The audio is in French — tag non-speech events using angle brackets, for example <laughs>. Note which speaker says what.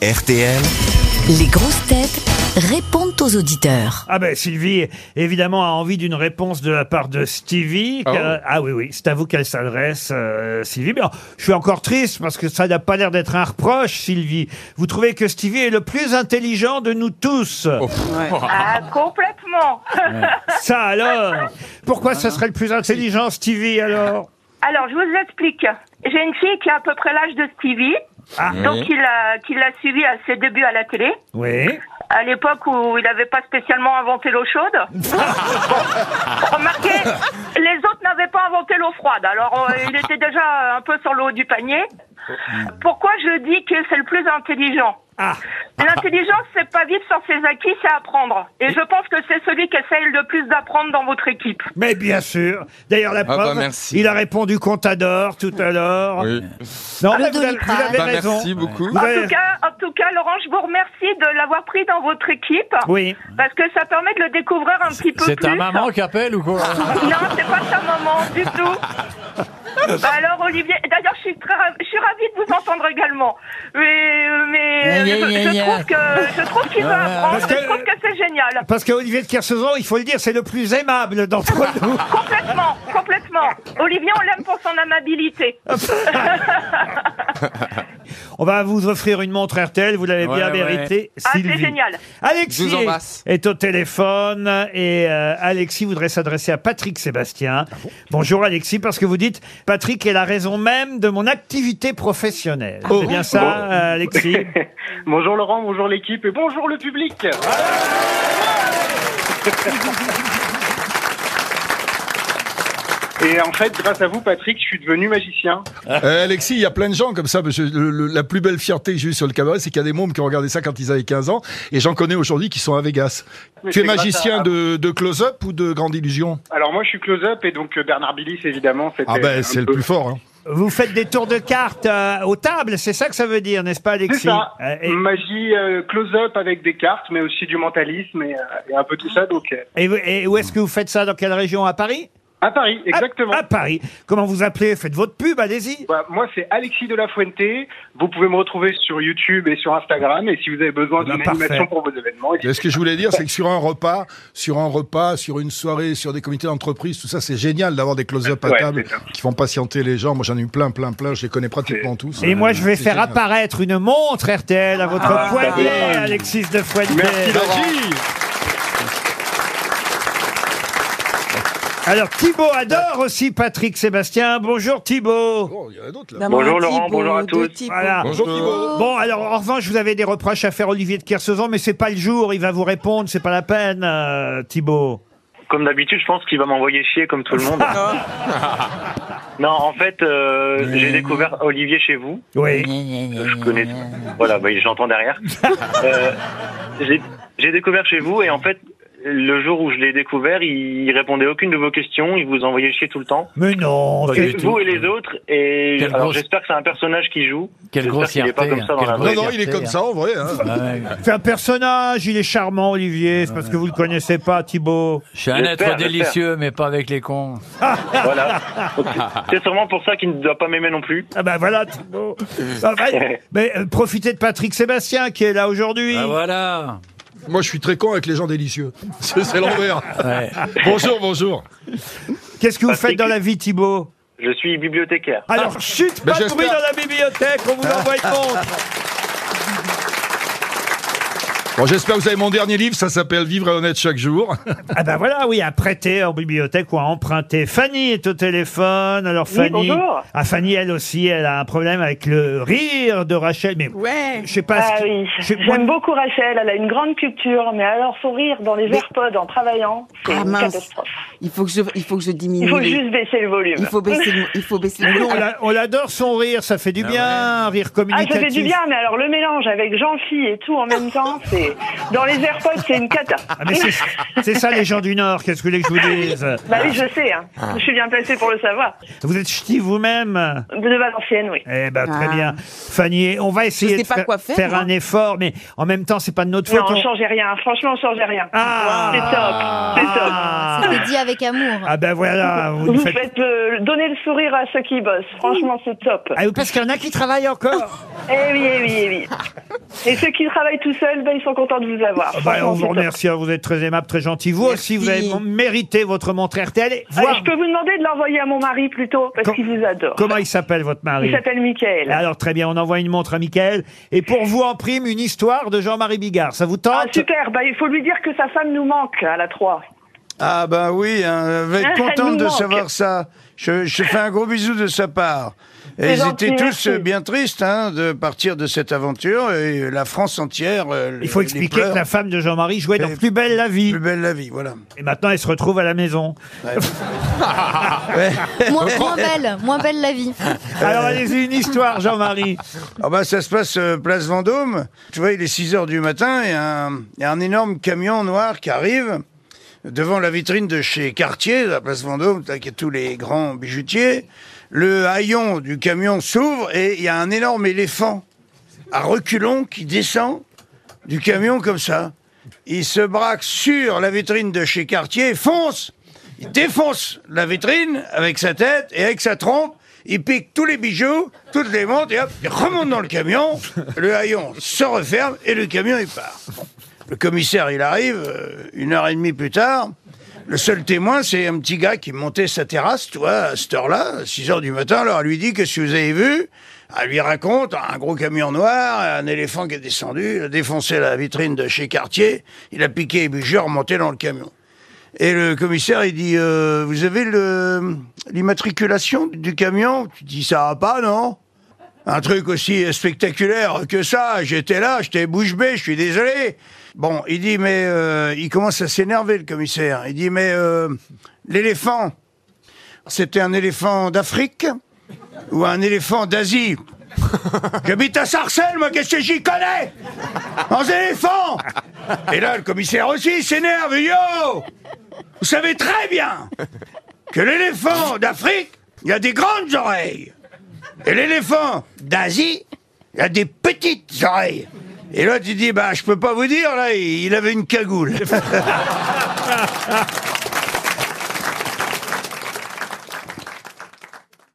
Speaker 1: RTL.
Speaker 2: Les grosses têtes répondent aux auditeurs.
Speaker 3: Ah ben Sylvie, évidemment, a envie d'une réponse de la part de Stevie.
Speaker 4: Ah
Speaker 3: Euh,
Speaker 4: bon
Speaker 3: ah oui, oui, c'est à vous qu'elle s'adresse, euh, Sylvie. Mais alors, je suis encore triste parce que ça n'a pas l'air d'être un reproche, Sylvie. Vous trouvez que Stevie est le plus intelligent de nous tous
Speaker 4: Oh.
Speaker 5: Ah, complètement.
Speaker 3: Ça alors Pourquoi
Speaker 4: Ah.
Speaker 3: ça serait le plus intelligent, Stevie, alors
Speaker 5: Alors, je vous explique. J'ai une fille qui a à peu près l'âge de Stevie.
Speaker 3: Ah.
Speaker 5: Donc, il a, qui l'a suivi à ses débuts à la télé,
Speaker 3: Oui.
Speaker 5: à l'époque où il n'avait pas spécialement inventé l'eau chaude. Remarquez, les autres n'avaient pas inventé l'eau froide, alors euh, il était déjà un peu sur le haut du panier. Pourquoi je dis que c'est le plus intelligent
Speaker 3: Ah,
Speaker 5: L'intelligence, c'est pas vivre sur ses acquis, c'est apprendre. Et je pense que c'est celui qui essaye le plus d'apprendre dans votre équipe.
Speaker 3: mais bien sûr. D'ailleurs, la
Speaker 4: bah,
Speaker 3: preuve,
Speaker 4: merci.
Speaker 3: il a répondu Contador tout à l'heure.
Speaker 4: Oui.
Speaker 3: Non,
Speaker 2: Le
Speaker 3: mais vous avez,
Speaker 2: Doliprane.
Speaker 3: vous avez
Speaker 4: Bah,
Speaker 3: raison.
Speaker 4: merci beaucoup.
Speaker 3: Vous
Speaker 5: En
Speaker 3: avez-
Speaker 5: tout cas, en tout cas, Laurent, je vous remercie de l'avoir pris dans votre équipe.
Speaker 3: Oui.
Speaker 5: Parce que ça permet de le découvrir un petit peu plus.
Speaker 6: C'est ta
Speaker 7: hein.
Speaker 6: maman qui appelle ou quoi
Speaker 7: Ah,
Speaker 5: Non, c'est pas sa maman du tout.
Speaker 3: <laughs>
Speaker 5: Bah alors Olivier, d'ailleurs je suis très, ra- je suis ravie de vous entendre également. Mais mais
Speaker 6: Gna,
Speaker 5: je,
Speaker 6: gna, gna,
Speaker 5: je
Speaker 6: Euh,
Speaker 5: trouve que je trouve qu'il va apprendre.
Speaker 3: Parce que-
Speaker 5: Je trouve que c'est génial.
Speaker 3: Parce que Olivier de Kersauzon, il faut le dire, c'est le plus aimable
Speaker 5: <laughs>
Speaker 3: d'entre nous.
Speaker 5: Complètement, complètement. Olivier, on l'aime pour son amabilité. Ah,
Speaker 3: On va vous offrir une montre RTL, vous l'avez
Speaker 6: Ouais,
Speaker 3: bien
Speaker 6: ouais.
Speaker 3: mérité.
Speaker 5: Ah c'est
Speaker 3: Sylvie.
Speaker 5: génial.
Speaker 3: Alexis
Speaker 4: Je vous embrasse.
Speaker 3: est au téléphone et euh, Alexis voudrait s'adresser à Patrick Sébastien.
Speaker 7: Ah
Speaker 3: Bonjour Alexis, parce que vous dites Patrick est la raison même de mon activité professionnelle.
Speaker 7: Ah
Speaker 3: c'est bien ça, euh,
Speaker 7: <laughs>
Speaker 3: Alexis
Speaker 7: Bonjour Laurent, bonjour l'équipe et bonjour le public. Et en fait, grâce à vous, Patrick, je suis devenu magicien.
Speaker 8: Euh, Alexis, il y a plein de gens comme ça. parce que le- le- la plus belle fierté que j'ai eue sur le cabaret, c'est qu'il y a des mômes qui ont regardé ça quand ils avaient 15 ans. Et j'en connais aujourd'hui qui sont à Vegas.
Speaker 7: Mais
Speaker 8: tu es
Speaker 7: c'est grâce
Speaker 8: magicien
Speaker 7: à-
Speaker 8: de, de close-up ou de grande illusion
Speaker 7: Alors moi, je suis close-up et donc euh, Bernard Billis, évidemment, c'était.
Speaker 8: Ah ben,
Speaker 7: un
Speaker 8: c'est le
Speaker 7: peu-
Speaker 8: plus fort. hein.
Speaker 3: Vous faites des tours de cartes euh, aux tables, c'est ça que ça veut dire, n'est-ce pas
Speaker 7: C'est
Speaker 3: Alexis
Speaker 7: ça.
Speaker 3: Euh, et-
Speaker 7: Magie euh, close-up avec des cartes, mais aussi du mentalisme et, euh, et un peu tout ça. Donc euh,
Speaker 3: et, vous- et où est-ce que vous faites ça Dans quelle région À Paris
Speaker 7: à Paris,
Speaker 3: À-
Speaker 7: exactement.
Speaker 3: À, Paris. Comment vous appelez Faites votre pub, allez-y.
Speaker 7: Bah, moi, c'est Alexis de la Fuente. Vous pouvez me retrouver sur YouTube et sur Instagram. Et si vous avez besoin
Speaker 3: Ben,
Speaker 7: d'une
Speaker 3: parfait.
Speaker 7: animation pour vos événements,
Speaker 8: Et ce que je voulais dire, c'est que sur un repas, sur un repas, sur une soirée, sur des comités d'entreprise, tout ça, c'est génial d'avoir des close-up à
Speaker 7: Ouais,
Speaker 8: table
Speaker 7: c'est ça.
Speaker 8: qui font patienter les gens. Moi, j'en ai eu plein, plein, plein. Je les connais pratiquement tous.
Speaker 3: Et moi, je vais
Speaker 8: C'est
Speaker 3: faire
Speaker 8: génial.
Speaker 3: apparaître une montre RTL à votre poignet, Alexis de Fouette.
Speaker 7: Merci, Laurent.
Speaker 8: Magie
Speaker 3: Alors, Thibaut adore aussi Patrick Sébastien. Bonjour Thibaut.
Speaker 8: Oh, il y en a d'autres là.
Speaker 7: Bonjour, Laurent, bonjour à tous.
Speaker 3: Voilà.
Speaker 8: Bonjour Thibaut.
Speaker 3: Bon, alors, en revanche, vous avez des reproches à faire Olivier de Kersauzon, mais c'est pas le jour. Il va vous répondre. C'est pas la peine, euh, Thibaut.
Speaker 9: Comme d'habitude, je pense qu'il va m'envoyer chier comme tout le
Speaker 6: <laughs>
Speaker 9: monde. non, en fait, euh, j'ai découvert Olivier chez vous.
Speaker 3: Oui.
Speaker 9: Je
Speaker 6: Euh.
Speaker 9: connais. Voilà, bah,
Speaker 6: <laughs>
Speaker 9: j'entends derrière. Euh, j'ai- j'ai découvert chez vous et en fait, le jour où je l'ai découvert, il, il répondait à aucune de vos questions. Il vous envoyait chier tout le temps.
Speaker 3: Mais non. c'est-
Speaker 9: Vous et les autres. Et
Speaker 6: Quelle
Speaker 9: alors,
Speaker 6: grosse-
Speaker 9: j'espère que c'est un personnage qui joue.
Speaker 6: Quelle
Speaker 9: J'espère
Speaker 6: grosse
Speaker 9: qu'il est pas
Speaker 6: fierté,
Speaker 9: comme ça
Speaker 6: hein.
Speaker 9: dans la
Speaker 6: Quelle
Speaker 9: vraie
Speaker 8: Non, non, il est comme ça en vrai. hein.
Speaker 6: Ah ouais.
Speaker 3: C'est un personnage. Il est charmant, Olivier. C'est parce que vous le connaissez pas, Thibaut.
Speaker 6: Je suis un
Speaker 9: J'espère,
Speaker 6: être
Speaker 9: j'espère.
Speaker 6: délicieux, mais pas avec les cons.
Speaker 9: vie. Voilà. Donc, c'est sûrement pour ça qu'il ne doit pas m'aimer non plus.
Speaker 3: Ah ben voilà, Thibaut. Ah ben, mais euh, profitez de Patrick Sébastien qui est là aujourd'hui.
Speaker 6: Ah, voilà.
Speaker 8: Moi, je suis très con avec les gens délicieux. <laughs> C'est c'est l'envers.
Speaker 6: Ouais.
Speaker 8: Bonjour, bonjour.
Speaker 3: Qu'est-ce que vous
Speaker 9: Patrick-
Speaker 3: faites dans la vie, Thibaut
Speaker 9: Je suis bibliothécaire.
Speaker 3: Alors, chute
Speaker 8: Ben,
Speaker 3: pas de bruit
Speaker 8: j'espère-
Speaker 3: dans la bibliothèque, on vous envoie une montre.
Speaker 8: Bon, j'espère que vous avez mon dernier livre. Ça s'appelle Vivre et honnête chaque jour.
Speaker 3: Ah ben voilà, oui, à prêter en bibliothèque ou à emprunter. Fanny est au téléphone. Alors Fanny,
Speaker 5: bonjour.
Speaker 3: ah, Fanny, elle aussi, elle a un problème avec le rire de Rachel. Mais
Speaker 10: Ouais.
Speaker 3: je sais pas.
Speaker 5: Ah
Speaker 3: ce qui-
Speaker 5: oui,
Speaker 3: je sais-
Speaker 5: j'aime
Speaker 3: moi-
Speaker 5: beaucoup Rachel, elle a une grande culture, mais alors son rire dans les AirPods en travaillant, c'est
Speaker 10: Ah,
Speaker 5: une
Speaker 10: mince.
Speaker 5: catastrophe.
Speaker 10: Il faut que je, il faut que je diminue.
Speaker 5: Il faut
Speaker 10: le-
Speaker 5: juste baisser le volume.
Speaker 10: il faut baisser, le- il faut baisser le
Speaker 3: On l'a- On l'adore son rire, ça fait du bien, un rire
Speaker 5: <laughs> Ah,
Speaker 3: communicatif.
Speaker 5: ça fait du bien, mais alors le mélange avec Jean-Phi et tout en même temps, c'est... les, dans les AirPods, c'est une cata.
Speaker 3: Ah, mais c'est- c'est ça les gens du Nord, qu'est-ce que vous voulez que je vous dise
Speaker 5: <laughs> Bah
Speaker 3: Ah.
Speaker 5: oui, je sais, hein. je suis bien placée pour le savoir.
Speaker 3: Vous êtes ch'ti vous-même
Speaker 5: De Valenciennes, oui.
Speaker 3: Eh ben très
Speaker 10: Ah.
Speaker 3: bien. Fanny, on va essayer
Speaker 10: sais
Speaker 3: de
Speaker 10: pas
Speaker 3: faire,
Speaker 10: quoi faire,
Speaker 3: faire
Speaker 10: moi.
Speaker 3: un effort, mais en même temps, c'est pas de notre faute. hein.
Speaker 5: Non,
Speaker 3: on-
Speaker 5: on changeait rien, franchement, on changeait rien.
Speaker 3: Ah.
Speaker 5: C'est top, c'est top.
Speaker 3: Ah.
Speaker 1: C'était dit avec amour.
Speaker 3: Ah ben voilà, vous,
Speaker 5: Vous
Speaker 3: faites...
Speaker 5: faites euh, donner le sourire à ceux qui bossent, franchement, c'est top.
Speaker 3: Ah, parce qu'il y en a qui travaillent encore.
Speaker 5: Eh oui, eh oui, eh
Speaker 3: <laughs>
Speaker 5: oui. Et ceux qui travaillent tout seuls, ben, ils sont contents de vous avoir.
Speaker 3: Ah, bah,
Speaker 5: Franchement,
Speaker 3: on vous
Speaker 5: c'est top.
Speaker 3: remercie, hein, vous êtes très aimable, très gentil. Vous
Speaker 10: Merci.
Speaker 3: aussi, vous avez mon- mérité votre montre RTL. Et
Speaker 5: Ah,
Speaker 3: voir
Speaker 5: je peux vous demander de l'envoyer à mon mari plutôt, parce
Speaker 3: Com-
Speaker 5: qu'il vous adore.
Speaker 3: comment il s'appelle votre mari.
Speaker 5: Il s'appelle Michael.
Speaker 3: Alors très bien, on envoie une montre à Michael. Et pour vous en prime, une histoire de Jean-Marie Bigard. Ça vous tente
Speaker 5: Ah, super, bah, il faut lui dire que sa femme nous manque à la 3.
Speaker 4: Ah bah oui, hein, elle va
Speaker 7: Ah,
Speaker 4: être
Speaker 5: Elle nous
Speaker 4: contente de
Speaker 5: manque.
Speaker 4: savoir ça. Je, je fais un gros bisou de sa part.
Speaker 5: C'est
Speaker 4: Et ils
Speaker 5: gentil,
Speaker 4: étaient tous
Speaker 5: merci.
Speaker 4: euh, bien tristes hein, de partir de cette aventure et la France entière. euh,
Speaker 3: Il faut
Speaker 4: les
Speaker 3: expliquer
Speaker 4: pleure.
Speaker 3: que la femme de Jean-Marie jouait dans
Speaker 4: Et-
Speaker 3: Plus belle la vie.
Speaker 4: plus belle la vie, voilà.
Speaker 3: Et maintenant, elle se retrouve à la maison.
Speaker 1: Moins, moins belle, moins belle la vie.
Speaker 3: Alors allez-y, une histoire, Jean-Marie.
Speaker 4: Ah bah ça se passe euh, place Vendôme. Tu vois, il est 6 heures du matin et un, il y a un énorme camion noir qui arrive devant la vitrine de chez Cartier, la place Vendôme, là, qui a tous les grands bijoutiers. Le haillon du camion s'ouvre et il y a un énorme éléphant à reculons qui descend du camion comme ça. Il se braque sur la vitrine de chez Cartier, fonce, il défonce la vitrine avec sa tête et avec sa trompe. Il pique tous les bijoux, toutes les montres, et hop, il remonte dans le camion. Le haillon se referme et le camion, il part. Bon. Le commissaire, il arrive euh, une heure et demie plus tard. Le seul témoin, c'est un petit gars qui montait sa terrasse, tu vois, à cette heure-là, 6 heures du matin. Alors, elle lui dit Qu'est-ce que vous avez vu Elle lui raconte un gros camion noir, un éléphant qui est descendu, il a défoncé la vitrine de chez Cartier, il a piqué les bijoux, remonté dans le camion. Et le commissaire, il dit euh, Vous avez le- l'immatriculation du camion Tu dis Ça va pas, non un truc aussi spectaculaire que ça. J'étais là, j'étais bouche bée, je suis désolé. Bon, il dit, mais euh, il commence à s'énerver, le commissaire. Il dit, mais euh, l'éléphant, c'était un éléphant d'Afrique ou un éléphant d'Asie J'habite à Sarcelles, moi, qu'est-ce que j'y connais En éléphant Et là, le commissaire aussi s'énerve, yo Vous savez très bien que l'éléphant d'Afrique, il a des grandes oreilles. Et l'éléphant d'Asie, il a des petites oreilles. Et l'autre, il dit, bah, je peux pas vous dire, là, il il avait une cagoule.